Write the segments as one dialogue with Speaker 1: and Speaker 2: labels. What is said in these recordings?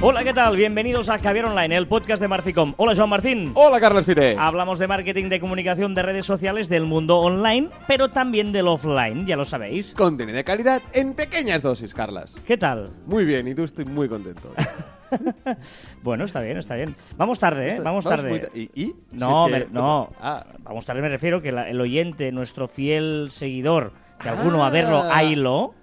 Speaker 1: Hola, ¿qué tal? Bienvenidos a Caviar Online, el podcast de Marficom. Hola, Joan Martín.
Speaker 2: Hola, Carlos Fite.
Speaker 1: Hablamos de marketing, de comunicación, de redes sociales, del mundo online, pero también del offline, ya lo sabéis.
Speaker 2: Contenido E de calidad en pequeñas dosis, Carlas.
Speaker 1: ¿Qué tal?
Speaker 2: Muy bien, y tú estoy muy contento.
Speaker 1: ¿Eh? bueno, está bien, está bien. Vamos tarde, ¿eh?
Speaker 2: Esto-
Speaker 1: Vamos
Speaker 2: muy
Speaker 1: tarde.
Speaker 2: ta- ¿Y? y?
Speaker 1: No,
Speaker 2: Si es que-
Speaker 1: me- no.
Speaker 2: Ah,
Speaker 1: Vamos tarde me refiero que la- el oyente, nuestro fiel seguidor, que alguno
Speaker 2: Ah.
Speaker 1: a verlo, haylo.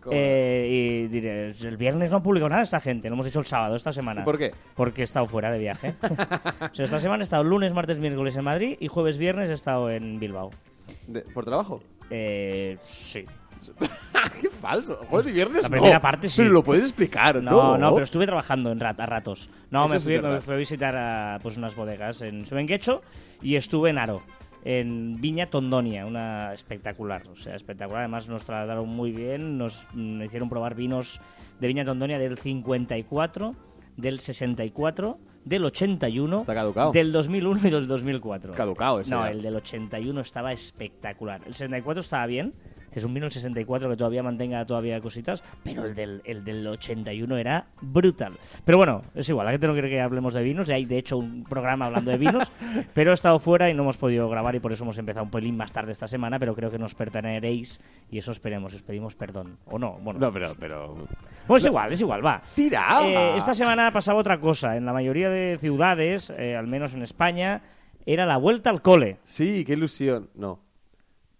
Speaker 2: Cómo
Speaker 1: eh, y diré, el viernes no han publicado nada esta gente, lo hemos hecho el sábado, esta semana.
Speaker 2: ¿Y por qué?
Speaker 1: Porque he estado fuera de viaje. o sea, esta semana he estado lunes, martes, miércoles en Madrid y jueves, viernes he estado en Bilbao.
Speaker 2: de- ¿Por trabajo?
Speaker 1: Eh, sí.
Speaker 2: ¡Qué falso! Jueves y viernes
Speaker 1: La primera
Speaker 2: no.
Speaker 1: parte sí.
Speaker 2: Pero lo puedes explicar,
Speaker 1: No,
Speaker 2: ¿no?
Speaker 1: no, pero estuve trabajando en rat- a ratos. No,
Speaker 2: Eso
Speaker 1: me
Speaker 2: sí
Speaker 1: fui,
Speaker 2: es verdad.
Speaker 1: me fui a visitar a pues, unas bodegas en Subenguecho y estuve en Aro, en Viña Tondonia, una espectacular, o sea, espectacular. Además nos trataron muy bien, nos mm, hicieron probar vinos de Viña Tondonia del 54, del 64, del 81,
Speaker 2: Está caducado.
Speaker 1: del 2001 y del 2004.
Speaker 2: Caducado ese
Speaker 1: No,
Speaker 2: ya.
Speaker 1: el del 81 estaba espectacular. El 64 estaba bien. Es un vino el 64 que todavía mantenga todavía cositas, pero el del, el del 81 era brutal. Pero bueno, es igual, la gente no quiere que hablemos de vinos, y hay de hecho un programa hablando de vinos, pero he estado fuera y no hemos podido grabar y por eso hemos empezado un pelín más tarde esta semana, pero creo que nos perteneréis y eso esperemos, os pedimos perdón. O no, bueno.
Speaker 2: No, pero... pero...
Speaker 1: Pues igual, es igual, va.
Speaker 2: ¡Tira!
Speaker 1: Eh, esta semana pasaba otra cosa. En la mayoría de ciudades, eh, al menos en España, era la vuelta al cole.
Speaker 2: Sí, qué ilusión. No.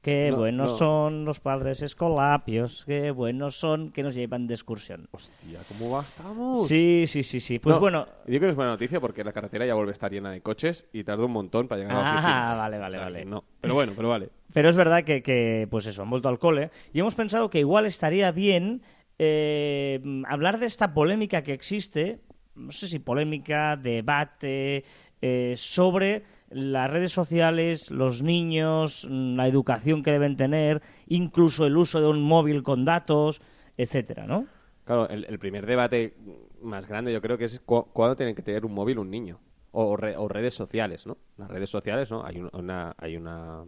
Speaker 1: Qué
Speaker 2: No,
Speaker 1: buenos
Speaker 2: no.
Speaker 1: son los padres escolapios, qué buenos son que nos llevan de excursión.
Speaker 2: Hostia, ¿cómo gastamos?
Speaker 1: Sí, sí, sí, sí. Pues
Speaker 2: No,
Speaker 1: bueno.
Speaker 2: Yo creo que es buena noticia porque la carretera ya vuelve a estar llena de coches y tarda un montón para llegar a la
Speaker 1: Ah,
Speaker 2: oficina.
Speaker 1: vale, vale,
Speaker 2: O sea,
Speaker 1: vale.
Speaker 2: que No, pero bueno, pero vale.
Speaker 1: Pero es verdad que, que, pues eso, han vuelto al cole y hemos pensado que igual estaría bien eh, hablar de esta polémica que existe, no sé si polémica, debate, eh, sobre las redes sociales, los niños, mm, la educación que deben tener, incluso el uso de un móvil con datos, etcétera, ¿no?
Speaker 2: Claro, el, el primer debate más grande yo creo que es cu- cuándo tiene que tener un móvil un niño. O, re- o redes sociales, ¿no? Las redes sociales, ¿no? Hay un- una... Hay una...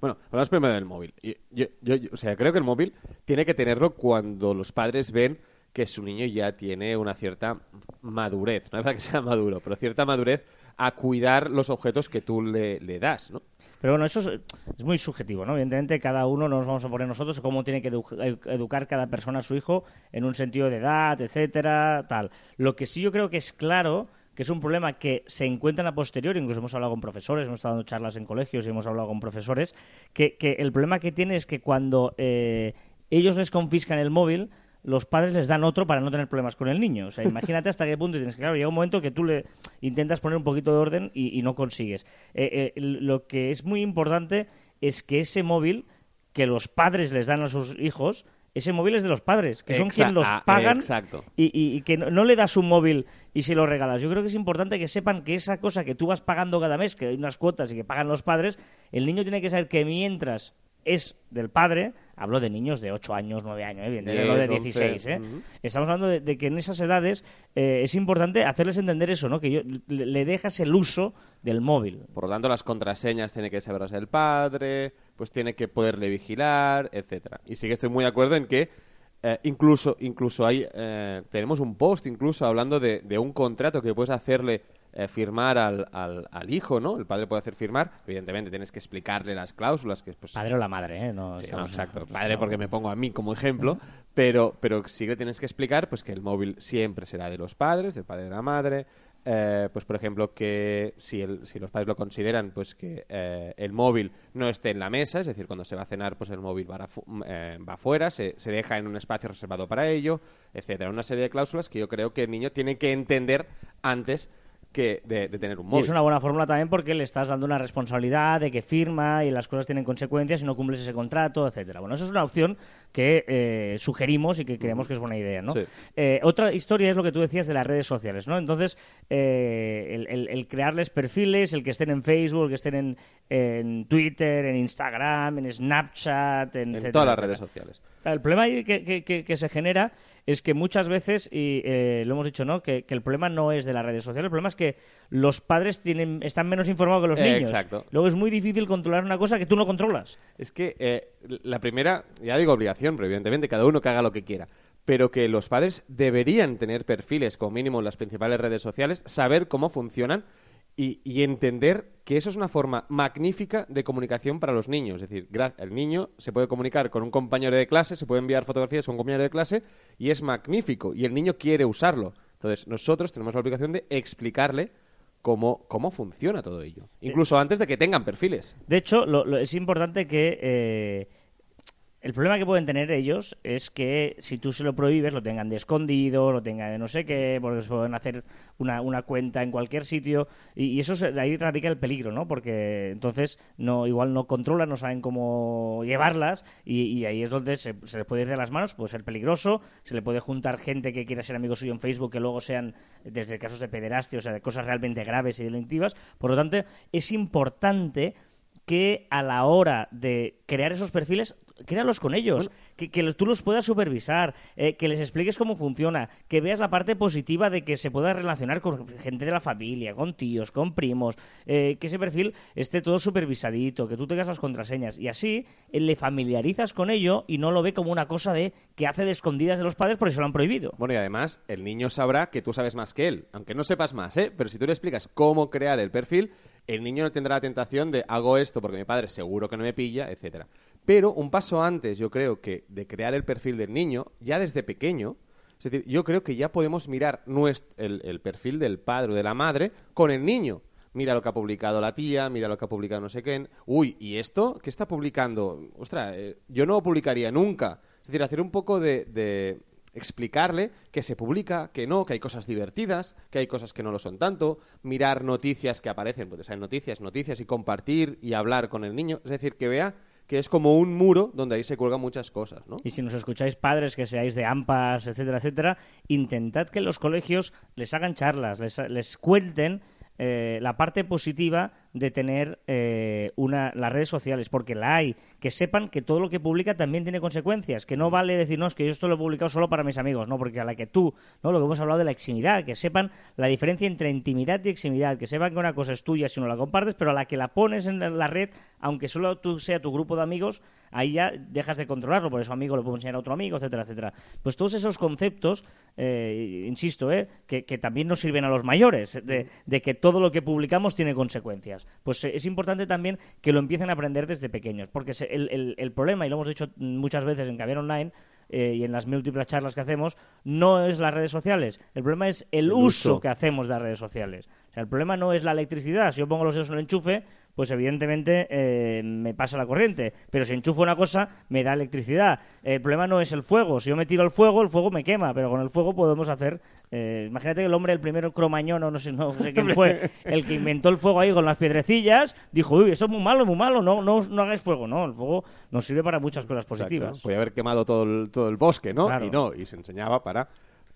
Speaker 2: Bueno, hablamos primero del móvil. Y- Yo, yo- yo- o sea, creo que el móvil tiene que tenerlo cuando los padres ven que su niño ya tiene una cierta madurez. No es para que sea maduro, pero cierta madurez a cuidar los objetos que tú le, le das, ¿no?
Speaker 1: Pero bueno, eso es, es muy subjetivo, ¿no? Evidentemente, cada uno nos vamos a poner nosotros cómo tiene que edu- edu- educar cada persona a su hijo en un sentido de edad, etcétera, tal. Lo que sí yo creo que es claro que es un problema que se encuentra a posteriori, incluso hemos hablado con profesores, hemos estado dando charlas en colegios y hemos hablado con profesores, que, que el problema que tiene es que cuando eh, ellos les confiscan el móvil, los padres les dan otro para no tener problemas con el niño. O sea, imagínate hasta qué punto tienes que, claro, llega un momento que tú le intentas poner un poquito de orden y, y no consigues. Eh, eh, lo que es muy importante es que ese móvil que los padres les dan a sus hijos, ese móvil es de los padres, que son
Speaker 2: Exa-
Speaker 1: quienes los
Speaker 2: ah,
Speaker 1: pagan
Speaker 2: exacto.
Speaker 1: y, y- y que no, no le das un móvil y se lo regalas. Yo creo que es importante que sepan que esa cosa que tú vas pagando cada mes, que hay unas cuotas y que pagan los padres, el niño tiene que saber que mientras es del padre, hablo de niños de 8 años, 9 años, ¿eh? evidentemente,
Speaker 2: Diez,
Speaker 1: hablo de
Speaker 2: once,
Speaker 1: 16, ¿eh?
Speaker 2: ujú.
Speaker 1: Estamos hablando de, de que en esas edades eh, es importante hacerles entender eso, ¿no? Que yo, le, le dejas el uso del móvil.
Speaker 2: Por lo tanto, las contraseñas tiene que saberlas el padre, pues tiene que poderle vigilar, etcétera. Y sí que estoy muy de acuerdo en que eh, incluso, incluso hay, eh, tenemos un post incluso hablando de, de un contrato que puedes hacerle eh, firmar al, al- al hijo, ¿no? El padre puede hacer firmar, evidentemente tienes que explicarle las cláusulas que pues,
Speaker 1: Padre o la madre, ¿eh? No,
Speaker 2: Sí, no,
Speaker 1: estamos-
Speaker 2: exacto.
Speaker 1: pues,
Speaker 2: Padre,
Speaker 1: no.
Speaker 2: porque me pongo a mí como ejemplo, pero, pero sí que tienes que explicar pues que el móvil siempre será de los padres, del padre y de la madre. Eh, pues por ejemplo que si, el- si los padres lo consideran pues que eh, el móvil no esté en la mesa es decir cuando se va a cenar pues el móvil va, afu- eh, va afuera se, se deja en un espacio reservado para ello etcétera una serie de cláusulas que yo creo que el niño tiene que entender antes que de, de tener un
Speaker 1: Y
Speaker 2: móvil
Speaker 1: es una buena fórmula también porque le estás dando una responsabilidad de que firma y las cosas tienen consecuencias si no cumples ese contrato, etcétera. Bueno, eso es una opción que eh, sugerimos y que creemos que es buena idea, ¿no?
Speaker 2: Sí.
Speaker 1: Eh, otra historia es lo que tú decías de las redes sociales, ¿no? Entonces, eh, el, el- el crearles perfiles, el que estén en Facebook, el que estén en, en Twitter, en Instagram, en Snapchat, en,
Speaker 2: en
Speaker 1: etcétera,
Speaker 2: todas las
Speaker 1: etcétera.
Speaker 2: redes sociales
Speaker 1: El problema ahí que, que- que- que se genera es que muchas veces, y eh, lo hemos dicho, ¿no? Que, que el problema no es de las redes sociales, el problema es que los padres tienen, están menos informados que los
Speaker 2: Eh,
Speaker 1: niños.
Speaker 2: exacto.
Speaker 1: Luego es muy difícil controlar una cosa que tú no controlas.
Speaker 2: Es que eh, la primera, ya digo obligación, pero evidentemente cada uno que haga lo que quiera. pero que los padres deberían tener perfiles, como mínimo en las principales redes sociales, saber cómo funcionan y, y entender que eso es una forma magnífica de comunicación para los niños. Es decir, gra- el niño se puede comunicar con un compañero de clase, se puede enviar fotografías con un compañero de clase y es magnífico y el niño quiere usarlo. Entonces, nosotros tenemos la obligación de explicarle cómo, cómo funciona todo ello, incluso antes de que tengan perfiles.
Speaker 1: De hecho, lo- lo- es importante que eh, el problema que pueden tener ellos es que si tú se lo prohíbes, lo tengan de escondido, lo tengan de no sé qué, porque se pueden hacer una, una cuenta en cualquier sitio. Y, y eso se- ahí radica el peligro, ¿no? Porque entonces no igual no controlan, no saben cómo llevarlas y, y ahí es donde se, se les puede ir de las manos, puede ser peligroso, se le puede juntar gente que quiera ser amigo suyo en Facebook, que luego sean desde casos de pederastia, o sea, cosas realmente graves y delictivas. Por lo tanto, es importante que a la hora de crear esos perfiles, créalos con ellos, que, que los- tú los puedas supervisar, eh, que les expliques cómo funciona, que veas la parte positiva de que se pueda relacionar con gente de la familia, con tíos, con primos, eh, que ese perfil esté todo supervisadito, que tú tengas las contraseñas y así eh, le familiarizas con ello y no lo ve como una cosa de que hace de escondidas de los padres porque se lo han prohibido.
Speaker 2: Bueno, y además el niño sabrá que tú sabes más que él, aunque no sepas más, ¿eh? Pero si tú le explicas cómo crear el perfil, el niño no tendrá la tentación de hago esto porque mi padre seguro que no me pilla, etcétera. Pero un paso antes, yo creo que de crear el perfil del niño, ya desde pequeño, es decir, yo creo que ya podemos mirar nuestro- el, el perfil del padre o de la madre con el niño. Mira lo que ha publicado la tía, mira lo que ha publicado no sé quién. Uy, ¿y esto? ¿Qué está publicando? Ostras, eh, yo no lo publicaría nunca. Es decir, hacer un poco de- de, explicarle que se publica, que no, que hay cosas divertidas, que hay cosas que no lo son tanto, mirar noticias que aparecen, porque hay noticias, noticias, y compartir y hablar con el niño. Es decir, que vea que es como un muro donde ahí se cuelgan muchas cosas, ¿no?
Speaker 1: Y si nos escucháis padres que seáis de AMPAs, etcétera, etcétera, intentad que en los colegios les hagan charlas, les, les cuenten eh, la parte positiva de tener eh, una, las redes sociales, porque la hay, que sepan que todo lo que publica también tiene consecuencias, que no vale decir, no, es que yo esto lo he publicado solo para mis amigos, no, porque a la que tú, no, lo que hemos hablado de la eximidad, que sepan la diferencia entre intimidad y eximidad, que sepan que una cosa es tuya si no la compartes, pero a la que la pones en la- la red, aunque solo tú sea tu grupo de amigos, ahí ya dejas de controlarlo, por eso amigo lo puedo enseñar a otro amigo, etcétera, etcétera. Pues todos esos conceptos, eh, insisto, eh, que, que también nos sirven a los mayores, de, de que todo lo que publicamos tiene consecuencias. Pues eh, es importante también que lo empiecen a aprender desde pequeños, porque se- el, el- el problema, y lo hemos dicho muchas veces en Caviar Online, eh, y en las múltiples charlas que hacemos, no es las redes sociales. El problema es el,
Speaker 2: El
Speaker 1: uso.
Speaker 2: uso.
Speaker 1: que hacemos de las redes sociales. O sea, el problema no es la electricidad. Si yo pongo los dedos en el enchufe, pues evidentemente eh, me pasa la corriente. Pero si enchufo una cosa, me da electricidad. El problema no es el fuego. Si yo me tiro al fuego, el fuego me quema. Pero con el fuego podemos hacer... eh, imagínate que el hombre, el primero cromañón, o no sé, no sé quién fue, el que inventó el fuego ahí con las piedrecillas, dijo, uy, eso es muy malo, muy malo, no, no, no hagáis fuego. No, el fuego nos sirve para muchas cosas positivas.
Speaker 2: Exacto. pues. Podía haber quemado todo el, todo el bosque, ¿no?
Speaker 1: Claro.
Speaker 2: Y no, y se enseñaba para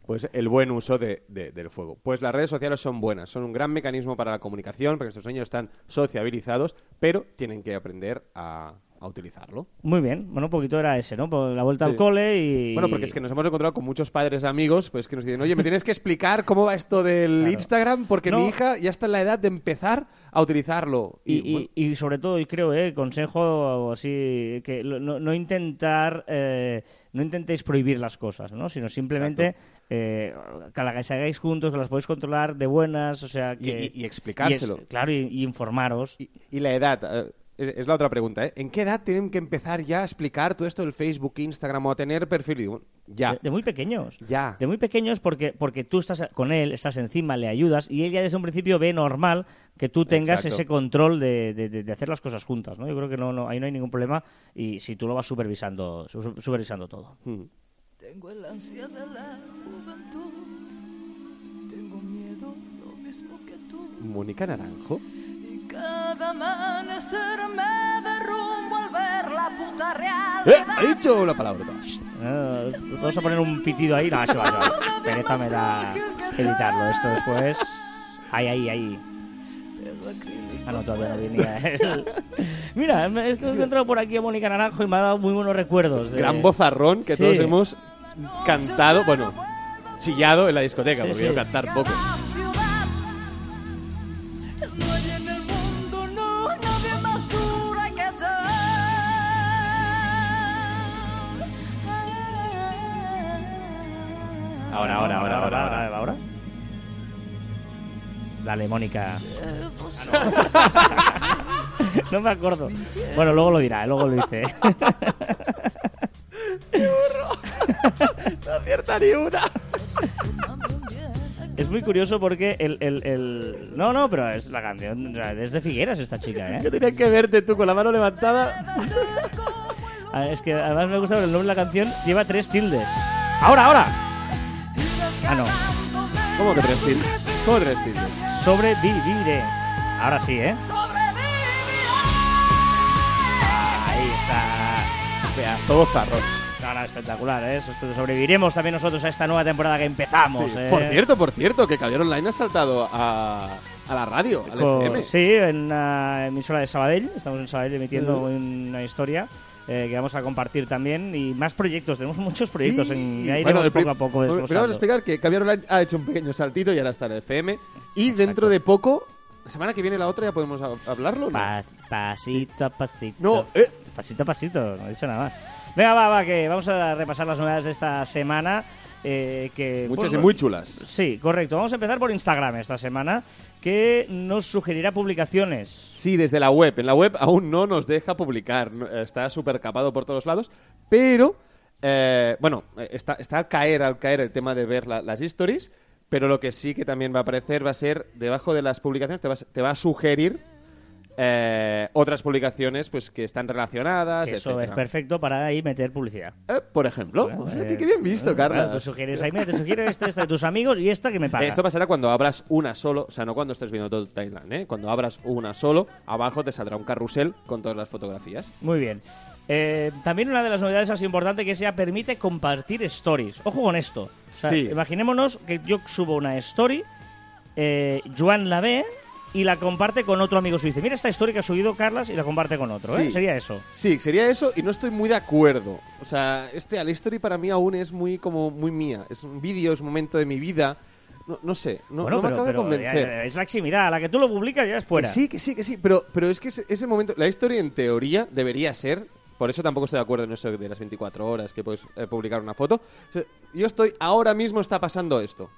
Speaker 2: pues el buen uso de- de- del fuego. Pues las redes sociales son buenas, son un gran mecanismo para la comunicación, porque estos niños están sociabilizados, pero tienen que aprender a- a utilizarlo.
Speaker 1: Muy bien, bueno, un poquito era ese, ¿no? Por la vuelta al
Speaker 2: Sí.
Speaker 1: cole y...
Speaker 2: Bueno, porque es que nos hemos encontrado con muchos padres amigos pues que nos dicen, oye, me tienes que explicar cómo va esto del
Speaker 1: Claro.
Speaker 2: Instagram porque
Speaker 1: No.
Speaker 2: mi hija ya está en la edad de empezar a utilizarlo.
Speaker 1: Y,
Speaker 2: Y,
Speaker 1: y-
Speaker 2: bueno,
Speaker 1: y sobre todo, y creo, eh, consejo así, que lo- no, no intentar, eh, no intentéis prohibir las cosas, ¿no? Sino simplemente eh, que las hagáis juntos, que las podéis controlar de buenas, o sea,
Speaker 2: Y-
Speaker 1: que...
Speaker 2: y- y explicárselo.
Speaker 1: y es- claro, y, y informaros.
Speaker 2: y- y la edad, eh, es, es la otra pregunta, ¿eh? ¿En qué edad tienen que empezar ya a explicar todo esto del Facebook, Instagram o a tener perfil? Y bueno, ya.
Speaker 1: De, de muy pequeños.
Speaker 2: Ya.
Speaker 1: De muy pequeños porque, porque tú estás con él, estás encima, le ayudas y él ya desde un principio ve normal que tú tengas
Speaker 2: Exacto.
Speaker 1: ese control de, de- de- de hacer las cosas juntas, ¿no? Yo creo que no, no, ahí no hay ningún problema y si tú lo vas supervisando, su- supervisando todo.
Speaker 2: Mm.
Speaker 3: Tengo el ansia de la juventud. Tengo miedo, lo mismo que tú.
Speaker 2: Mónica Naranjo.
Speaker 3: Y cada amanecer me derrumbo al ver la puta realidad.
Speaker 2: ¡Eh! ¡Ha dicho la palabra!
Speaker 1: Ah, Vamos a poner un pitido ahí. No, se va, se va. Pereza me da editarlo. Esto después. Ay, ay, ay.
Speaker 3: Pero
Speaker 2: eh.
Speaker 3: acrílico
Speaker 1: Ah, no, todavía no venía él. Mira, es que he encontrado por aquí a Mónica Naranjo y me ha dado muy buenos recuerdos. de-
Speaker 2: Gran bozarrón que
Speaker 1: Sí.
Speaker 2: todos hemos cantado, bueno, chillado en la discoteca,
Speaker 1: Sí,
Speaker 2: porque
Speaker 1: sí.
Speaker 2: yo cantar poco.
Speaker 3: la ciudad. No hay en el mundo no, nadie más dura que yo.
Speaker 1: ahora, ahora, ahora, ahora, ahora, ahora, ahora. Dale, Mónica.
Speaker 3: Vos
Speaker 2: Ah,
Speaker 1: No me acuerdo. Bueno, luego lo dirá, luego lo dice.
Speaker 2: No acierta ni una.
Speaker 1: Es muy curioso porque el, el- el- No, no, pero es la canción. Es de Figueras esta chica,
Speaker 2: Que
Speaker 1: ¿eh?
Speaker 2: tenías que verte tú con la mano levantada.
Speaker 1: Ah, Es que además me gusta porque el nombre de la canción lleva tres tildes. ¡Ahora, ahora! Ah, no.
Speaker 2: ¿Cómo que tres tildes? ¿Cómo tres tildes?
Speaker 1: Sobreviviré. Ahora sí, ¿eh? Ahí está.
Speaker 2: Todo zarros.
Speaker 1: No, no, espectacular, ¿eh? Esto- Sobreviviremos también nosotros a esta nueva temporada que empezamos,
Speaker 2: Sí,
Speaker 1: ¿eh?
Speaker 2: Por cierto, por cierto, que Javier Online ha saltado a, a la radio, al
Speaker 1: Con-
Speaker 2: FM.
Speaker 1: Sí, en una emisora de Sabadell. Estamos en Sabadell emitiendo una historia eh, que vamos a compartir también. Y más proyectos, tenemos muchos proyectos.
Speaker 2: Sí.
Speaker 1: en, ya iremos
Speaker 2: Bueno, el pri-
Speaker 1: poco a poco
Speaker 2: bueno, Primero vamos a
Speaker 1: desglosando.
Speaker 2: explicar que Javier Online ha hecho un pequeño saltito y ahora está en el FM. Y dentro de poco, la semana que viene la otra ya podemos hab- hablarlo. ¿no?
Speaker 1: Pas- pasito a pasito.
Speaker 2: No, eh.
Speaker 1: Pasito a pasito, no he dicho nada más. Venga, va, va, que vamos a repasar las novedades de esta semana. eh, que,
Speaker 2: Muchas y
Speaker 1: bueno,
Speaker 2: muy chulas.
Speaker 1: Sí, correcto. Vamos a empezar por Instagram esta semana, que nos sugerirá publicaciones.
Speaker 2: Sí, desde la web. En la web aún no nos deja publicar. No- eh, Está súper capado por todos lados. Pero, eh, bueno, eh, está, está al caer, al caer el tema de ver la- las stories. Pero lo que sí que también va a aparecer va a ser, debajo de las publicaciones, te va, a- te va a sugerir eh, otras publicaciones pues que están relacionadas.
Speaker 1: que eso
Speaker 2: Ah, etcétera.
Speaker 1: es perfecto para ahí meter publicidad.
Speaker 2: Eh, por ejemplo.
Speaker 1: Eh,
Speaker 2: Qué bien visto,
Speaker 1: eh,
Speaker 2: Carla.
Speaker 1: claro, tú sugieres ahí, mira, te sugiero esta, esta de tus amigos y esta que me paga.
Speaker 2: Esto pasará cuando abras una solo, o sea, no cuando estés viendo todo el timeline, ¿eh? Cuando abras una solo, abajo te saldrá un carrusel con todas las fotografías.
Speaker 1: Muy bien. Eh, también una de las novedades más importantes que es ya permite compartir stories. Ojo con esto. O sea,
Speaker 2: Sí.
Speaker 1: Imaginémonos que yo subo una story, eh, Joan la ve y la comparte con otro amigo suyo. Dice, Mira esta story que ha subido Carlas y la comparte con otro. ¿eh?
Speaker 2: Sí.
Speaker 1: Sería eso.
Speaker 2: Sí, sería eso y no estoy muy de acuerdo. O sea, este al history para mí aún es muy como muy mía. Es un vídeo, es un momento de mi vida. No, no sé, no,
Speaker 1: bueno,
Speaker 2: no me
Speaker 1: pero,
Speaker 2: acaba de
Speaker 1: pero
Speaker 2: convencer.
Speaker 1: ya- es la eximidad. A la que tú lo publicas ya es fuera.
Speaker 2: Que sí, que sí, que sí, pero, pero es que ese, ese momento, la historia en teoría debería ser, por eso tampoco estoy de acuerdo en eso de las 24 horas que puedes eh, publicar una foto. O sea, yo estoy, ahora mismo está pasando esto.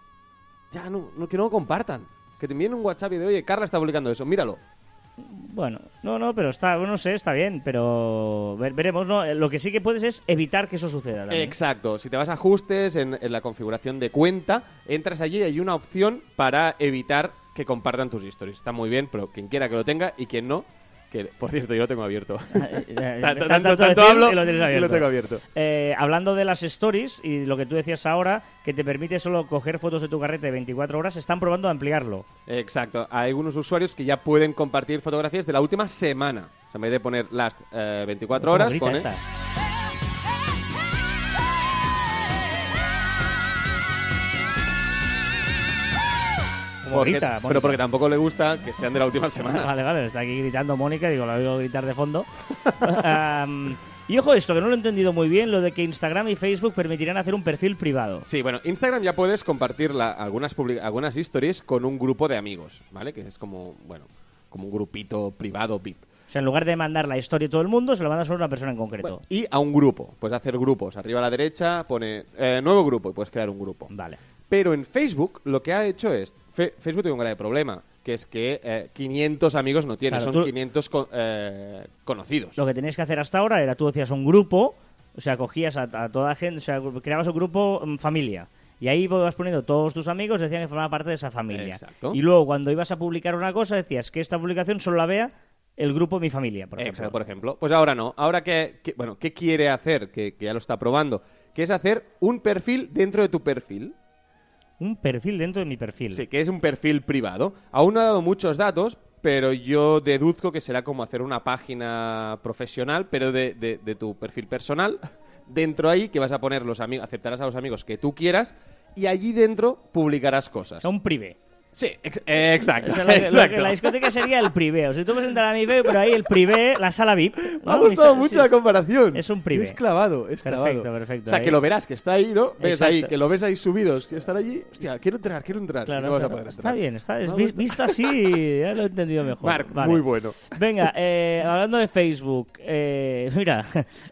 Speaker 2: Ya, no, no, que no lo compartan. Que te envíen un WhatsApp y de, oye, Carla está publicando eso, míralo.
Speaker 1: Bueno, no, no, pero está, no sé, está bien, pero ve- veremos, ¿no? Eh, Lo que sí que puedes es evitar que eso suceda. también.
Speaker 2: Exacto, si te vas a ajustes en, en la configuración de cuenta, entras allí y hay una opción para evitar que compartan tus stories. Está muy bien, pero quien quiera que lo tenga y quien no, que por cierto yo lo tengo abierto.
Speaker 1: Eh, Tanto,
Speaker 2: Tanto- tanto
Speaker 1: decir
Speaker 2: hablo
Speaker 1: y lo tienes
Speaker 2: y lo
Speaker 1: abierto.
Speaker 2: tengo abierto.
Speaker 1: Eh, hablando de las stories y lo que tú decías ahora, que te permite solo coger fotos de tu carrete de 24 horas, están probando a ampliarlo.
Speaker 2: Exacto. Hay algunos usuarios que ya pueden compartir fotografías de la última semana. O sea, en vez de poner last eh, 24
Speaker 1: ¿Cómo
Speaker 2: horas, ¿eh?
Speaker 1: grita
Speaker 2: pone...
Speaker 1: esta? Como
Speaker 2: Porque-
Speaker 1: grita, Mónica.
Speaker 2: pero porque tampoco le gusta que sean de la última semana.
Speaker 1: Vale, vale, está aquí gritando Mónica, digo, la oigo gritar de fondo. Am, y ojo esto, que no lo he entendido muy bien, lo de que Instagram y Facebook permitirán hacer un perfil privado.
Speaker 2: Sí, bueno, Instagram ya puedes compartir la- algunas, publi- algunas stories con un grupo de amigos, ¿vale? Que es como, bueno, como un grupito privado VIP.
Speaker 1: O sea, en lugar de mandar la historia a todo el mundo, se lo mandas solo a una persona en concreto.
Speaker 2: Bueno, y a un grupo. Puedes hacer grupos. Arriba a la derecha pone eh, nuevo grupo y puedes crear un grupo.
Speaker 1: Vale.
Speaker 2: Pero en Facebook lo que ha hecho es... Fe- Facebook tiene un grave problema, que es que eh, 500 amigos no tiene,
Speaker 1: Claro,
Speaker 2: son
Speaker 1: tú-
Speaker 2: 500 co- eh, conocidos.
Speaker 1: Lo que tenías que hacer hasta ahora era tú hacías un grupo, o sea, cogías a, a toda la gente, o sea, creabas un grupo mm, familia. Y ahí vas poniendo todos tus amigos, decían que formaba parte de esa familia.
Speaker 2: Exacto.
Speaker 1: Y luego cuando ibas a publicar una cosa, decías que esta publicación solo la vea el grupo Mi Familia, por ejemplo.
Speaker 2: Exacto, por ejemplo. Pues ahora no. Ahora que, que- bueno, ¿qué quiere hacer? Que, que ya lo está probando. Que es hacer un perfil dentro de tu perfil.
Speaker 1: Un perfil dentro de mi perfil.
Speaker 2: Sí, que es un perfil privado. Aún no ha dado muchos datos, pero yo deduzco que será como hacer una página profesional, pero de, de- de tu perfil personal. Dentro ahí que vas a poner los amigos, aceptarás a los amigos que tú quieras y allí dentro publicarás
Speaker 1: O
Speaker 2: cosas.
Speaker 1: sea, un privé.
Speaker 2: Sí, ex- eh,
Speaker 1: O
Speaker 2: exacto.
Speaker 1: sea, lo que- lo que-
Speaker 2: exacto.
Speaker 1: la discoteca sería el privé. O sea, tú puedes entrar a mi privé, pero ahí el privé, la sala VIP. ¿no?
Speaker 2: Me ha gustado
Speaker 1: Esa-
Speaker 2: mucho
Speaker 1: sí,
Speaker 2: la
Speaker 1: es-
Speaker 2: comparación.
Speaker 1: es un privé.
Speaker 2: Es clavado, es
Speaker 1: Perfecto,
Speaker 2: clavado.
Speaker 1: perfecto,
Speaker 2: O sea,
Speaker 1: ahí.
Speaker 2: que lo verás, que está ahí, ¿no? Ves ahí,
Speaker 1: Exacto.
Speaker 2: que lo ves ahí subidos, que están allí. Hostia, quiero entrar, quiero entrar.
Speaker 1: Claro,
Speaker 2: y no vas a
Speaker 1: claro.
Speaker 2: poder
Speaker 1: está
Speaker 2: entrar.
Speaker 1: bien, está
Speaker 2: Me ha
Speaker 1: es vi-
Speaker 2: gustado.
Speaker 1: visto así, ya lo he entendido mejor.
Speaker 2: Marc,
Speaker 1: Vale.
Speaker 2: muy bueno.
Speaker 1: Venga, eh, hablando de Facebook, eh, mira,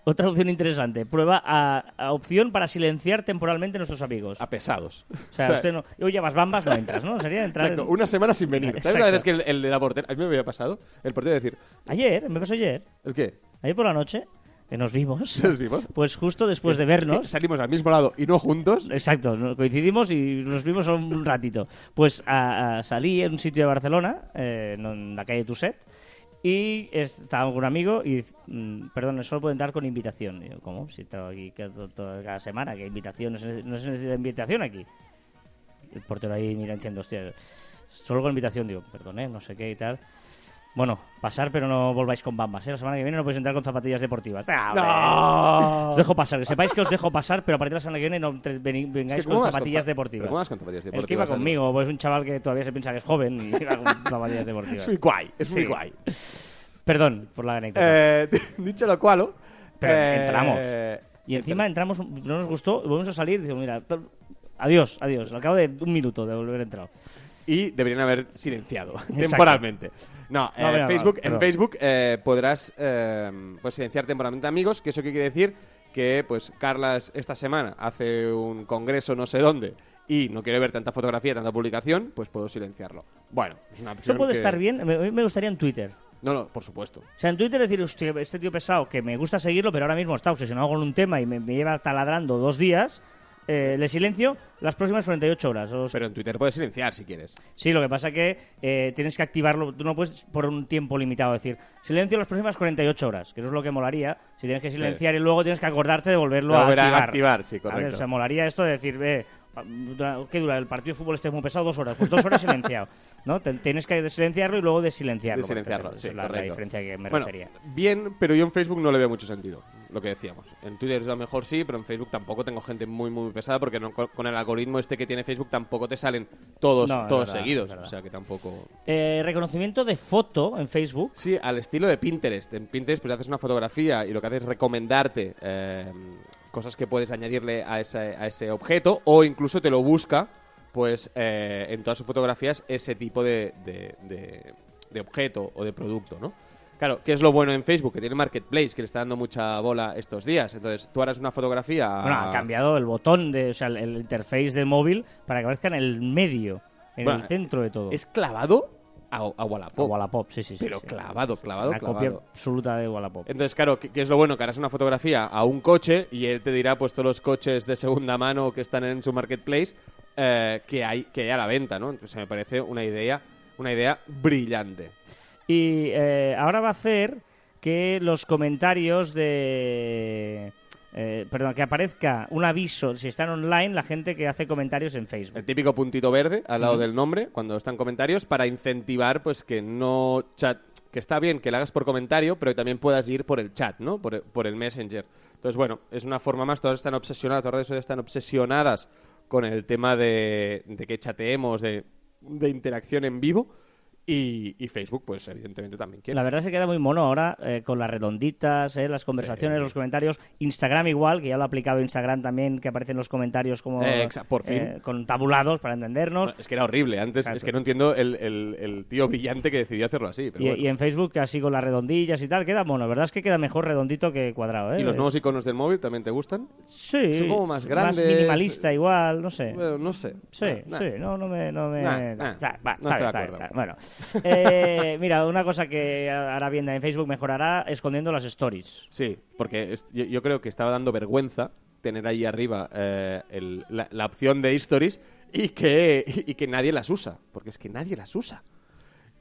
Speaker 1: otra opción interesante. Prueba a, a opción para silenciar temporalmente a nuestros amigos.
Speaker 2: A pesados.
Speaker 1: O sea, usted no, oye, vas bambas, no entras, ¿no? Sería entrar. en-
Speaker 2: Exacto, una semana sin venir. ¿Sabes
Speaker 1: Exacto.
Speaker 2: la vez que el, el de la portera, a mí me había pasado, el portero decir,
Speaker 1: Ayer, me pasó ayer,
Speaker 2: ¿el qué?
Speaker 1: ayer por la noche, que nos vimos.
Speaker 2: ¿Nos vimos?
Speaker 1: Pues justo después de
Speaker 2: ¿Que
Speaker 1: vernos.
Speaker 2: Salimos al mismo lado y no juntos.
Speaker 1: Exacto, no- coincidimos y nos vimos un ratito. Pues a- a- salí en un sitio de Barcelona, eh, no- en la calle Tuset, y estaba con un amigo y, mm, perdón, solo puedo entrar con invitación. Digo, ¿cómo? Si estaba aquí ca- to- to- cada semana, que invitación, no se, ne- no se necesita invitación aquí. El portero ahí mira diciendo, hostia, solo con invitación, digo, perdón, eh, no sé qué y tal. Bueno, pasar, pero no volváis con bambas. ¿eh? La semana que viene no podéis entrar con zapatillas deportivas. ¡Ah, hombre! Os dejo pasar, que sepáis que os dejo pasar, pero a partir de la semana que viene no entre- veni- vengáis
Speaker 2: Es que ¿cómo
Speaker 1: con
Speaker 2: vas con
Speaker 1: zapatillas
Speaker 2: zap-
Speaker 1: deportivas.
Speaker 2: pero cómo vas con zapatillas
Speaker 1: El que iba
Speaker 2: deportivas, Álvaro?
Speaker 1: conmigo, pues un chaval que todavía se piensa que es joven y iba con zapatillas deportivas.
Speaker 2: Es muy guay, es muy
Speaker 1: Sí.
Speaker 2: guay.
Speaker 1: Perdón por la anécdota.
Speaker 2: Eh, dicho lo cual,
Speaker 1: Pero
Speaker 2: eh,
Speaker 1: entramos. y encima entramos, no nos gustó, volvemos a salir y digo, mira, to- adiós, adiós, al cabo de un minuto de volver entrado.
Speaker 2: y deberían haber silenciado temporalmente. No, eh,
Speaker 1: No, mira,
Speaker 2: Facebook,
Speaker 1: no,
Speaker 2: en
Speaker 1: perdón.
Speaker 2: Facebook eh, podrás eh, pues, silenciar temporalmente amigos, que eso qué quiere decir que pues Carlas esta semana hace un congreso no sé dónde y no quiere ver tanta fotografía, tanta publicación, pues puedo silenciarlo. Bueno, es una
Speaker 1: Eso
Speaker 2: opción
Speaker 1: puede
Speaker 2: que-
Speaker 1: estar bien, me, a mí me gustaría en Twitter.
Speaker 2: No, no, por supuesto.
Speaker 1: O sea, en Twitter decir, hostia, este tío pesado, que me gusta seguirlo, pero ahora mismo está obsesionado con un tema y me, me lleva taladrando dos días, eh, le silencio las próximas 48 horas. o
Speaker 2: Pero en Twitter puedes silenciar si quieres.
Speaker 1: Sí, lo que pasa que eh, tienes que activarlo. Tú no puedes por un tiempo limitado decir silencio las próximas 48 horas, que eso es lo que molaría. Si tienes que silenciar y luego tienes que acordarte de volverlo a
Speaker 2: Volver a
Speaker 1: activar.
Speaker 2: activar, sí, correcto.
Speaker 1: ¿Vale? O sea, molaría esto de decir, eh, ¿qué dura? El partido de fútbol este es muy pesado, dos horas. Pues dos horas silenciado. ¿no? Te- tienes que silenciarlo y luego desilenciarlo.
Speaker 2: silenciarlo,
Speaker 1: Esa
Speaker 2: sí,
Speaker 1: es la, la
Speaker 2: correcto.
Speaker 1: diferencia que me
Speaker 2: Bueno,
Speaker 1: refería.
Speaker 2: Bien, pero yo en Facebook no le veo mucho sentido, lo que decíamos. En Twitter a lo mejor sí, pero en Facebook tampoco tengo gente muy, muy pesada porque no- con el algoritmo este que tiene Facebook tampoco te salen todos,
Speaker 1: No, es
Speaker 2: todos
Speaker 1: verdad,
Speaker 2: seguidos.
Speaker 1: es verdad.
Speaker 2: O sea que tampoco...
Speaker 1: Eh, reconocimiento de foto en Facebook.
Speaker 2: Sí, al estilo de Pinterest. En Pinterest pues haces una fotografía y lo que haces es recomendarte eh, cosas que puedes añadirle a ese, a ese objeto o incluso te lo busca pues eh, en todas sus fotografías ese tipo de, de- de- de objeto o de producto, ¿no? Claro, ¿qué es lo bueno en Facebook? Que tiene Marketplace, que le está dando mucha bola estos días. Entonces, tú harás una fotografía...
Speaker 1: Bueno, ha cambiado el botón, de, o sea, el, el interface del móvil para que aparezca en el medio, en
Speaker 2: Bueno,
Speaker 1: el centro de todo.
Speaker 2: Es clavado a, a Wallapop.
Speaker 1: O Wallapop, sí, sí. sí,
Speaker 2: Pero
Speaker 1: sí.
Speaker 2: clavado,
Speaker 1: Sí, sí,
Speaker 2: clavado,
Speaker 1: Una
Speaker 2: clavado. Eh,
Speaker 1: copia absoluta de Wallapop.
Speaker 2: Entonces, claro, ¿qué, qué es lo bueno? Que harás una fotografía a un coche y él te dirá, pues, todos los coches de segunda mano que están en su marketplace eh, que, hay, que hay a la venta, ¿no? Entonces, me parece una idea, una idea brillante.
Speaker 1: Y eh, ahora va a hacer que los comentarios de... eh, perdón, que aparezca un aviso si están online la gente que hace comentarios en
Speaker 2: El
Speaker 1: Facebook.
Speaker 2: típico puntito verde al lado del nombre, cuando están comentarios, para incentivar, pues, que no chat... Que está bien que la hagas por comentario, pero que también puedas ir por el chat, ¿no? Por, por el messenger. Entonces, bueno, es una forma más. Todas están obsesionadas, todas las redes sociales están obsesionadas con el tema de, de que chateemos, de, de interacción en vivo. Y, y Facebook, pues, evidentemente también quiere.
Speaker 1: La verdad se queda muy mono ahora eh, con las redonditas, eh, las conversaciones, los comentarios. Instagram igual, que ya lo ha aplicado Instagram también, que aparecen los comentarios como...
Speaker 2: Eh, exa- por fin.
Speaker 1: eh, con tabulados para entendernos.
Speaker 2: Bueno, es que era horrible. Antes,
Speaker 1: Exacto.
Speaker 2: es que no entiendo el, el- el tío brillante que decidió hacerlo así. Pero
Speaker 1: Y,
Speaker 2: bueno.
Speaker 1: y en Facebook, así con las redondillas y tal, queda mono. La verdad es que queda mejor redondito que cuadrado. ¿eh?
Speaker 2: ¿Y los
Speaker 1: Es-
Speaker 2: nuevos iconos del móvil también te gustan?
Speaker 1: Sí.
Speaker 2: Son como más grandes.
Speaker 1: minimalista igual, no sé.
Speaker 2: Bueno, no sé.
Speaker 1: Sí,
Speaker 2: Nah, nah.
Speaker 1: sí, no, no me... No me...
Speaker 2: Nah, nah.
Speaker 1: Está- va, está
Speaker 2: No estoy
Speaker 1: bien,
Speaker 2: de
Speaker 1: está bien,
Speaker 2: acuerdo.
Speaker 1: está bien. Bueno, Eh, mira, una cosa que hará bien en Facebook mejorará escondiendo las stories.
Speaker 2: Sí, porque es- yo, yo creo que estaba dando vergüenza tener ahí arriba eh, el- la, la opción de stories y que, y que nadie las usa, porque es que nadie las usa.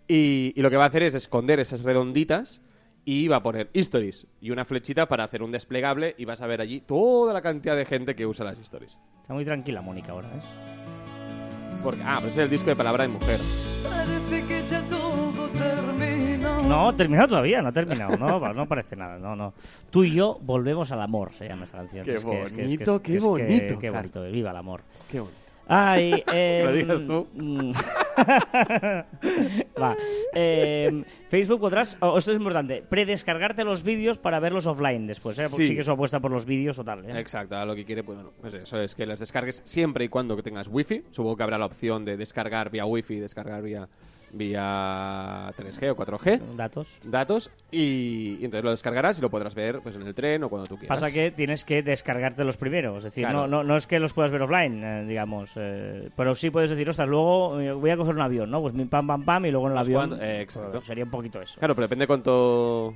Speaker 2: Y, y lo que va a hacer es esconder esas redonditas y va a poner stories y una flechita para hacer un desplegable y vas a ver allí toda la cantidad de gente que usa las stories.
Speaker 1: Está muy tranquila Mónica ahora, ¿eh?
Speaker 2: Porque, ah, pero ese es el disco de palabra de mujer.
Speaker 3: Parece que ya todo terminó.
Speaker 1: No, terminado todavía, no ha terminado. No, va, no parece nada, no, no. Tú y yo volvemos al amor, se llama esta canción.
Speaker 2: Qué
Speaker 1: Es que- es que- es que-
Speaker 2: bonito, qué
Speaker 1: es que-
Speaker 2: bonito,
Speaker 1: Qué
Speaker 2: Car.
Speaker 1: bonito, viva el amor.
Speaker 2: Qué bonito.
Speaker 1: Ay, eh,
Speaker 2: lo digas tú.
Speaker 1: mm, Va. Eh, Facebook podrás, oh, esto es importante, predescargarte los vídeos para verlos offline después. ¿eh? Porque
Speaker 2: Sí.
Speaker 1: sí que su apuesta por los vídeos total. ¿eh?
Speaker 2: Exacto, ahora lo que quiere, pues bueno, pues eso es que las descargues siempre y cuando que tengas wifi. Supongo que habrá la opción de descargar vía wifi, descargar vía, vía 3G o 4G.
Speaker 1: Datos.
Speaker 2: datos y, y entonces lo descargarás y lo podrás ver pues en el tren o cuando tú quieras.
Speaker 1: Pasa que tienes que descargarte los primero, es decir,
Speaker 2: Claro.
Speaker 1: no, no, no es que los puedas ver offline, eh, digamos, eh, pero sí puedes decir, ostras, luego eh, voy a coger un avión, ¿no? Pues mi pam, pam, pam, y luego en el
Speaker 2: Pues
Speaker 1: avión.
Speaker 2: cuando- eh, exacto.
Speaker 1: Sería un poquito eso.
Speaker 2: Claro, pero depende cuánto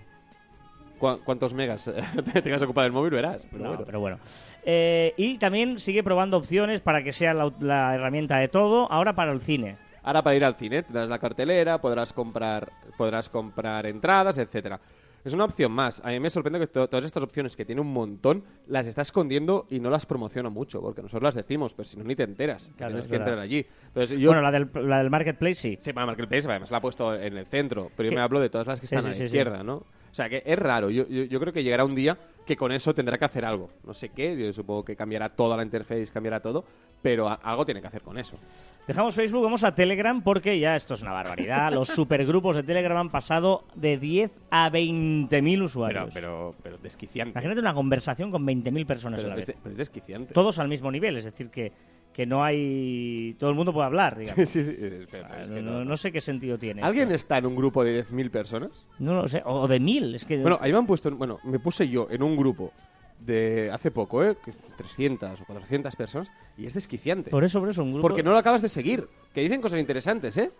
Speaker 2: cua- cuántos megas te tengas ocupado el móvil, verás. Pero
Speaker 1: No,
Speaker 2: bueno.
Speaker 1: pero bueno. Eh, y también sigue probando opciones para que sea la, la herramienta de todo, ahora para el cine.
Speaker 2: Ahora para ir al cine tendrás la cartelera, podrás comprar, podrás comprar entradas, etcétera. Es una opción más. A mí me sorprende que to- todas estas opciones que tiene un montón las está escondiendo y no las promociona mucho, porque nosotros las decimos, pero si no ni te enteras, que
Speaker 1: Claro,
Speaker 2: tienes
Speaker 1: es
Speaker 2: que
Speaker 1: verdad.
Speaker 2: entrar allí. Entonces yo
Speaker 1: Bueno, la del, la del marketplace sí.
Speaker 2: Sí, para Marketplace, además la ha puesto en el centro, pero yo
Speaker 1: ¿Qué?
Speaker 2: me hablo de todas las que
Speaker 1: Sí,
Speaker 2: están
Speaker 1: sí,
Speaker 2: a la
Speaker 1: sí, sí.
Speaker 2: izquierda, ¿no? O sea, que es raro. Yo, yo, yo creo que llegará un día que con eso tendrá que hacer algo. No sé qué, yo supongo que cambiará toda la interface, cambiará todo, pero a- algo tiene que hacer con eso.
Speaker 1: Dejamos Facebook, vamos a Telegram porque ya esto es una barbaridad. Los supergrupos de Telegram han pasado de 10 a 20.000
Speaker 2: Pero,
Speaker 1: usuarios.
Speaker 2: pero, pero desquiciante.
Speaker 1: Imagínate una conversación con 20.000 personas a
Speaker 2: Pero este
Speaker 1: la
Speaker 2: es,
Speaker 1: vez.
Speaker 2: de- pero es desquiciante.
Speaker 1: Todos al mismo nivel, es decir, que, que no hay... Todo el mundo puede hablar,
Speaker 2: Sí,
Speaker 1: digamos. Ah,
Speaker 2: sí, sí, pero- pero es que
Speaker 1: no,
Speaker 2: no-
Speaker 1: no- no sé qué sentido tiene.
Speaker 2: ¿Alguien
Speaker 1: esto.
Speaker 2: está en un grupo de 10.000 personas?
Speaker 1: No lo sé, o de 1.000, es que...
Speaker 2: Bueno, ahí me han puesto, en- bueno, me puse yo en un grupo de hace poco, ¿eh? Que 300 o 400 personas, y es desquiciante.
Speaker 1: por eso, por eso, un grupo...
Speaker 2: Porque no lo acabas de seguir. Que dicen cosas interesantes, ¿eh?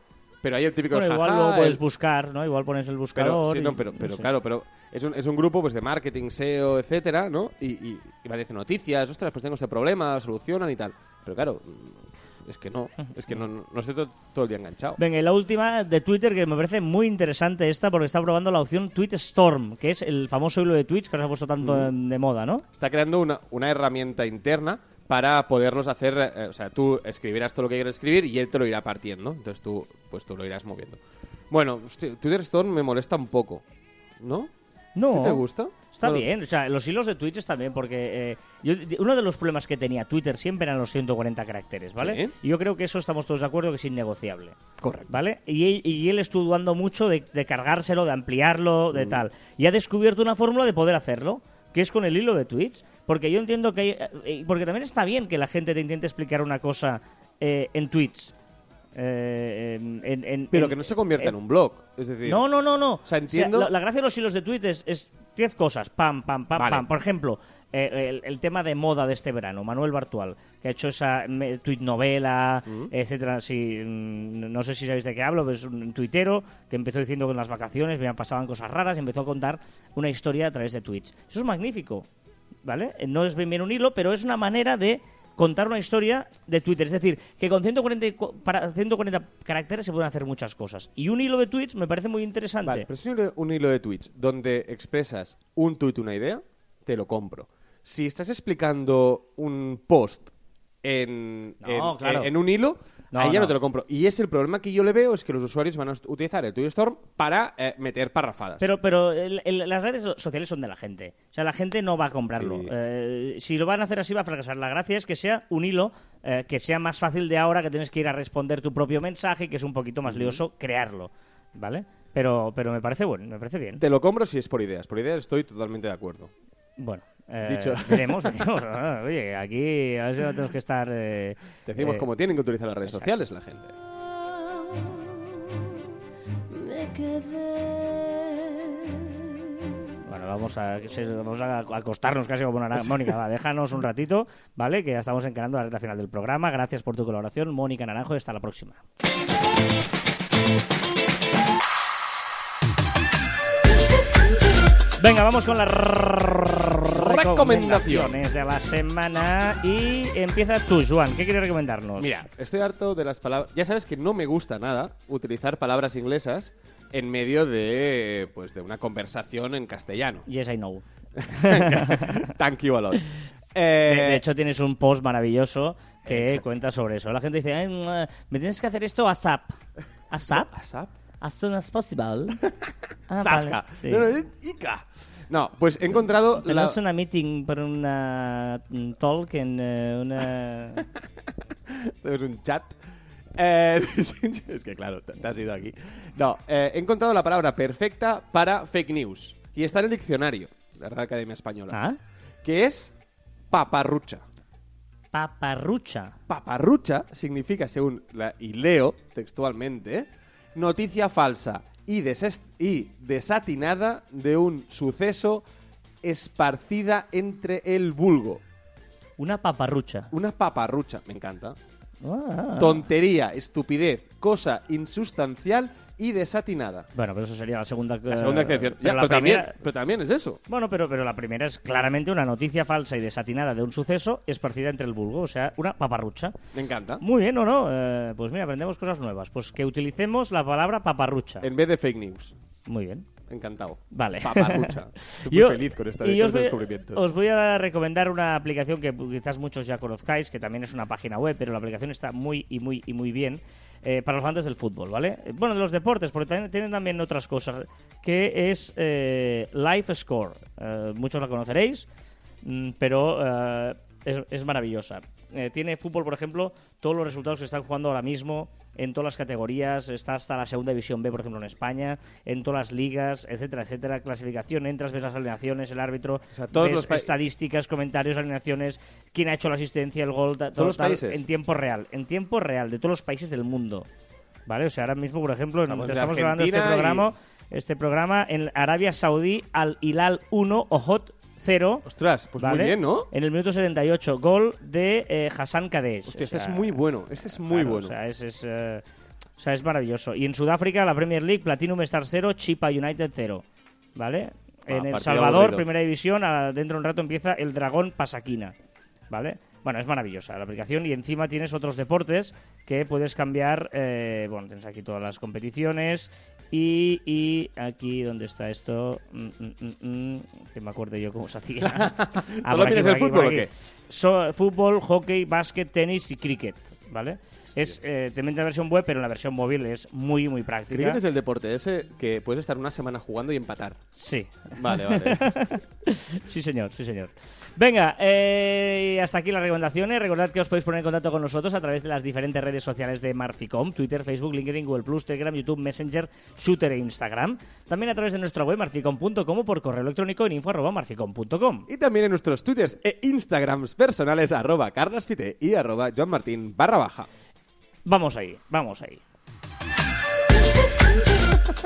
Speaker 2: Pero hay el típico
Speaker 1: Bueno, igual
Speaker 2: jaja,
Speaker 1: luego
Speaker 2: el-
Speaker 1: puedes buscar, ¿no? Igual pones el
Speaker 2: pero,
Speaker 1: buscador.
Speaker 2: sí,
Speaker 1: y-
Speaker 2: no, pero, pero
Speaker 1: no sé.
Speaker 2: claro, pero es un, es un grupo pues de marketing, SEO, etcétera, ¿no? Y, y, y aparecen noticias, ostras, pues tengo este problema, lo solucionan y tal. Pero claro, mm, es que no, es que no, no, no estoy to- todo el día enganchado.
Speaker 1: Venga, y la última de Twitter que me parece muy interesante esta porque está probando la opción Tweet Storm, que es el famoso hilo de Twitch que ahora se ha puesto tanto
Speaker 2: Mm.
Speaker 1: en- de moda, ¿no?
Speaker 2: Está creando una, una herramienta interna para poderlos hacer, eh, o sea, tú escribirás todo lo que quieres escribir y él te lo irá partiendo. Entonces tú, pues tú lo irás moviendo. Bueno, hosti- Twitter Storm me molesta un poco, ¿no?
Speaker 1: No.
Speaker 2: ¿Te gusta?
Speaker 1: Está
Speaker 2: No lo-
Speaker 1: bien, o sea, los hilos de Twitch también, porque eh, yo- di- uno de los problemas que tenía Twitter siempre eran los 140 caracteres, ¿vale?
Speaker 2: Sí.
Speaker 1: Y yo creo que eso estamos todos de acuerdo que es innegociable.
Speaker 2: Correcto.
Speaker 1: ¿Vale? Y, él- y él estuvo dudando mucho de, de cargárselo, de ampliarlo,
Speaker 2: Mm.
Speaker 1: de tal. Y ha descubierto una fórmula de poder hacerlo, que es con el hilo de tweets. Porque yo entiendo que hay- eh, Porque también está bien que la gente te intente explicar una cosa eh, en tweets. Eh, en- en- en-
Speaker 2: Pero que no se convierta en un blog. Es decir,
Speaker 1: no, no, no, no.
Speaker 2: sea, entiendo-
Speaker 1: la, la gracia de los hilos de tweets es- es 10 cosas. Pam, pam, pam,
Speaker 2: Vale.
Speaker 1: pam. Por ejemplo, eh, el, el tema de moda de este verano. Manuel Bartual, que ha hecho esa me- tweet novela, etcétera. Sí, mm, no sé si sabéis de qué hablo, pero es un tuitero que empezó diciendo que en las vacaciones me pasaban cosas raras y empezó a contar una historia a través de tweets. Eso es magnífico. ¿Vale? Eh, No es bien bien un hilo, pero es una manera de contar una historia de Twitter. Es decir, que con 140, y cu- para 140 caracteres se pueden hacer muchas cosas. Y un hilo de tweets me parece muy interesante.
Speaker 2: Vale, pero si es un hilo- un hilo de Twitch donde expresas un tuit, una idea, te lo compro. Si estás explicando un post en,
Speaker 1: No,
Speaker 2: en,
Speaker 1: claro.
Speaker 2: en- en un hilo,
Speaker 1: No,
Speaker 2: ahí ya
Speaker 1: no.
Speaker 2: no te lo compro. Y es el problema que yo le veo es que los usuarios van a us- utilizar el Twitter Storm para eh, meter parrafadas.
Speaker 1: Pero, pero el- el- las redes sociales son de la gente. O sea, la gente no va a comprarlo.
Speaker 2: Sí.
Speaker 1: Eh, si lo van a hacer así, va a fracasar. La gracia es que sea un hilo, eh, que sea más fácil de ahora, que tienes que ir a responder tu propio mensaje, que es un poquito más lioso crearlo. ¿Vale? Pero, pero me parece bueno, me parece bien.
Speaker 2: Te lo compro si es por ideas. Por ideas estoy totalmente de acuerdo.
Speaker 1: Bueno. eh,
Speaker 2: Dicho.
Speaker 1: veremos, veremos. Ah, Oye, aquí a ver si no tenemos que estar. eh,
Speaker 2: Decimos
Speaker 1: eh,
Speaker 2: cómo tienen que utilizar las redes sociales la gente.
Speaker 4: me quedé
Speaker 1: Bueno, vamos a, se- vamos a acostarnos casi como una Mónica. Va, déjanos un ratito, ¿vale? Que ya estamos encarando la recta final del programa. Gracias por tu colaboración, Mónica Naranjo, y hasta la próxima. Venga, vamos con las recomendaciones de la semana. Y empieza tú, Juan. ¿Qué quieres recomendarnos?
Speaker 2: Mira, estoy harto de las palabras. Ya sabes que no me gusta nada utilizar palabras inglesas en medio de pues de una conversación en castellano.
Speaker 1: Yes, I know.
Speaker 2: Thank you a lot. Eh,
Speaker 1: De, de hecho, tienes un post maravilloso que cuenta sobre eso. La gente dice, "Ay, mua, me tienes que hacer esto ASAP. ¿ASAP?
Speaker 2: WhatsApp,
Speaker 1: As soon as possible. Ah, vale,
Speaker 2: tasca.
Speaker 1: sí.
Speaker 2: No, no, es ica. No, pues he encontrado la-
Speaker 1: Tenemos una meeting por una mm, talk en eh, una...
Speaker 2: es un chat. Eh, es que claro, te, te has ido aquí. No, eh, he encontrado la palabra perfecta para fake news. Y está en el diccionario de la Real Academia Española.
Speaker 1: ¿Ah?
Speaker 2: Que es paparrucha.
Speaker 1: Paparrucha.
Speaker 2: Paparrucha significa, según la, y leo textualmente, noticia falsa y, deses- y desatinada de un suceso esparcida entre el vulgo.
Speaker 1: Una paparrucha.
Speaker 2: Una paparrucha, me encanta.
Speaker 1: Ah.
Speaker 2: Tontería, estupidez, cosa insustancial y desatinada.
Speaker 1: Bueno, pero eso sería la segunda. eh,
Speaker 2: La segunda excepción. Ya,
Speaker 1: la
Speaker 2: pero, también,
Speaker 1: primera-
Speaker 2: pero también es eso.
Speaker 1: Bueno, pero, pero la primera es claramente una noticia falsa y desatinada de un suceso esparcida entre el vulgo, o sea, una paparrucha.
Speaker 2: Me encanta.
Speaker 1: Muy bien, ¿o no? Eh, pues mira, aprendemos cosas nuevas. Pues que utilicemos la palabra paparrucha.
Speaker 2: En vez de fake news.
Speaker 1: Muy bien.
Speaker 2: Encantado.
Speaker 1: Vale.
Speaker 2: Paparrucha. Estoy muy
Speaker 1: Yo-
Speaker 2: feliz con esta
Speaker 1: y yo
Speaker 2: estos
Speaker 1: os voy,
Speaker 2: descubrimientos.
Speaker 1: os voy a recomendar una aplicación que quizás muchos ya conozcáis, que también es una página web, pero la aplicación está muy y muy y muy bien. eh, para los amantes del fútbol, ¿vale? Eh, Bueno, de los deportes, porque también tienen también otras cosas, que es eh, Life Score. Eh, muchos la conoceréis, mm, pero eh, es, es maravillosa. Eh, tiene fútbol, por ejemplo, todos los resultados que están jugando ahora mismo en todas las categorías, está hasta la segunda división B, por ejemplo, en España, en todas las ligas, etcétera, etcétera, clasificación, entras, ves las alineaciones, el árbitro,
Speaker 2: sea, todos
Speaker 1: ves
Speaker 2: los pa-
Speaker 1: estadísticas, comentarios, alineaciones, quién ha hecho la asistencia, el gol, ta-
Speaker 2: Todos los países.
Speaker 1: en tiempo real, en tiempo real, de todos los países del mundo. ¿Vale? O sea, ahora mismo, por ejemplo, en-
Speaker 2: Estamos de
Speaker 1: estamos grabando este
Speaker 2: Argentina y-
Speaker 1: programa, este programa en Arabia Saudí, al Hilal 1, Ojot 0.
Speaker 2: Ostras, pues
Speaker 1: ¿vale?
Speaker 2: muy bien, ¿no?
Speaker 1: En el minuto 78, gol de eh, Hassan Kadesh.
Speaker 2: Hostia,
Speaker 1: O
Speaker 2: este es
Speaker 1: sea,
Speaker 2: muy bueno. Este es muy
Speaker 1: claro,
Speaker 2: bueno.
Speaker 1: O sea, es, es, eh, o sea, es maravilloso. Y en Sudáfrica, la Premier League, Platinum Stars 0, Chipa United 0. ¿Vale?
Speaker 2: Ah,
Speaker 1: en El
Speaker 2: partido
Speaker 1: Salvador,
Speaker 2: aburrido.
Speaker 1: Primera División, a- dentro de un rato empieza el Dragón Pasaquina. ¿Vale? Bueno, es maravillosa la aplicación y encima tienes otros deportes que puedes cambiar. eh, bueno, tienes aquí todas las competiciones y, y aquí donde está esto, Mm, mm, mm, mm, que me acuerdo yo cómo se hacía. Ah,
Speaker 2: ¿Solo
Speaker 1: por
Speaker 2: miras
Speaker 1: por
Speaker 2: el
Speaker 1: por
Speaker 2: fútbol o
Speaker 1: aquí.
Speaker 2: qué?
Speaker 1: So- fútbol, hockey, básquet, tenis y cricket, ¿vale? Es eh, también la versión web, pero la versión móvil es muy, muy práctica.
Speaker 2: Cricket es el deporte ese que puedes estar una semana jugando y empatar.
Speaker 1: Sí,
Speaker 2: Vale, vale.
Speaker 1: sí señor, sí señor. Venga, eh, hasta aquí las recomendaciones. Recordad que os podéis poner en contacto con nosotros a través de las diferentes redes sociales de Marficom, Twitter, Facebook, LinkedIn, Google+, Telegram, YouTube, Messenger, Shooter e Instagram. También a través de nuestra web marficom.com o por correo electrónico en info.marficom.com.
Speaker 2: y también en nuestros twitters e instagrams personales arroba carlasfite y arroba joanmartin barra baja.
Speaker 1: Vamos ahí, vamos ahí.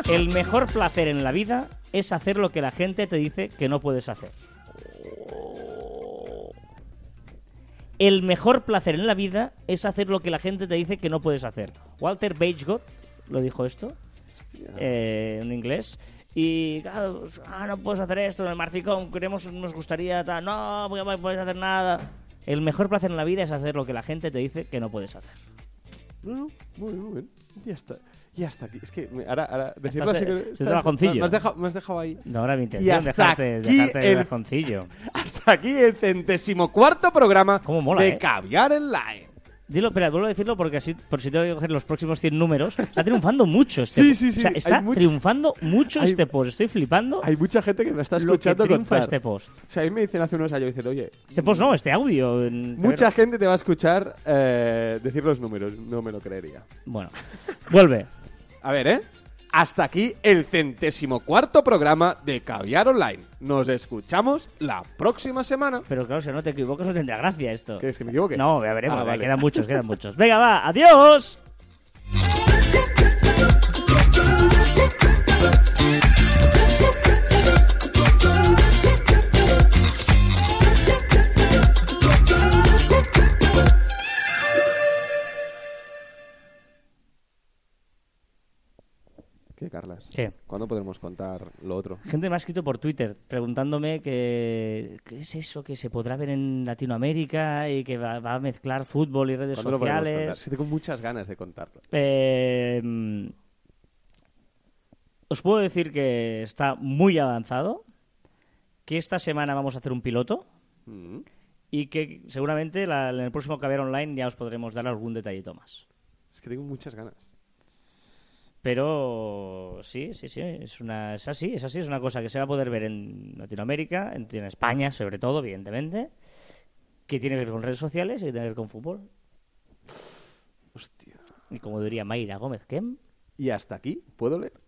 Speaker 1: El mejor placer en la vida es hacer lo que la gente te dice que no puedes hacer. El mejor placer en la vida es hacer lo que la gente te dice que no puedes hacer. Walter Bagehot lo dijo esto eh, en inglés. Y claro, pues, ah, no puedes hacer esto en el Marficón, queremos, nos gustaría tal. No, porque no puedes hacer nada. El mejor placer en la vida es hacer lo que la gente te dice que no puedes hacer.
Speaker 2: No, no, muy bien, muy bien. Ya está. Ya está aquí. Es que me- ahora, ahora decirlo
Speaker 1: Estás de-
Speaker 2: así que...
Speaker 1: estás
Speaker 2: está-
Speaker 1: de bajoncillo.
Speaker 2: Me has dejado, me has dejado ahí.
Speaker 1: No, ahora mi
Speaker 2: Y
Speaker 1: intención es
Speaker 2: hasta
Speaker 1: dejarte,
Speaker 2: aquí
Speaker 1: dejarte
Speaker 2: el-
Speaker 1: el bajoncillo.
Speaker 2: Hasta aquí el centésimo cuarto programa
Speaker 1: Cómo mola,
Speaker 2: de
Speaker 1: eh.
Speaker 2: Caviar en Live.
Speaker 1: Dilo, espera, vuelvo a decirlo porque así, por si tengo que coger los próximos 100 números, está triunfando mucho este po-
Speaker 2: Sí, sí, sí,
Speaker 1: O sea,
Speaker 2: hay
Speaker 1: está
Speaker 2: mucho-
Speaker 1: triunfando mucho
Speaker 2: hay-
Speaker 1: este post. Estoy flipando
Speaker 2: Hay mucha gente que me está
Speaker 1: lo que
Speaker 2: escuchando
Speaker 1: triunfa
Speaker 2: contar.
Speaker 1: este post.
Speaker 2: O sea, a mí me dicen hace unos años, dicen, oye,
Speaker 1: Este post no, este audio. en-
Speaker 2: mucha gente te va a escuchar eh, decir los números. No me lo creería.
Speaker 1: Bueno, vuelve.
Speaker 2: A ver, ¿eh? Hasta aquí el centésimo cuarto programa de Caviar Online. Nos escuchamos la próxima semana.
Speaker 1: Pero claro, si no te equivocas no tendrá gracia esto.
Speaker 2: ¿Quieres que me equivoque?
Speaker 1: No, ya veremos,
Speaker 2: Ah, vale.
Speaker 1: quedan muchos, quedan muchos. Venga, va, adiós.
Speaker 2: ¿Qué, Carlas?
Speaker 1: ¿Qué?
Speaker 2: ¿Cuándo podremos contar lo otro?
Speaker 1: Gente me ha escrito por Twitter preguntándome que, qué es eso que se podrá ver en Latinoamérica y que va, va a mezclar fútbol y redes
Speaker 2: ¿Cuándo lo podremos contar?
Speaker 1: sociales.
Speaker 2: Sí, tengo muchas ganas de contarlo.
Speaker 1: Eh, mm, os puedo decir que está muy avanzado, que esta semana vamos a hacer un piloto
Speaker 2: Mm.
Speaker 1: y que seguramente la- en el próximo Caber Online ya os podremos dar algún detallito más.
Speaker 2: Es que tengo muchas ganas.
Speaker 1: Pero sí, sí, sí, es, una, es así, es así, es una cosa que se va a poder ver en Latinoamérica, en, en España sobre todo, evidentemente, que tiene que ver con redes sociales y que tiene que ver con fútbol.
Speaker 2: Hostia.
Speaker 5: Y como diría Mayra Gómez Kem,
Speaker 1: Y hasta aquí, ¿puedo leer?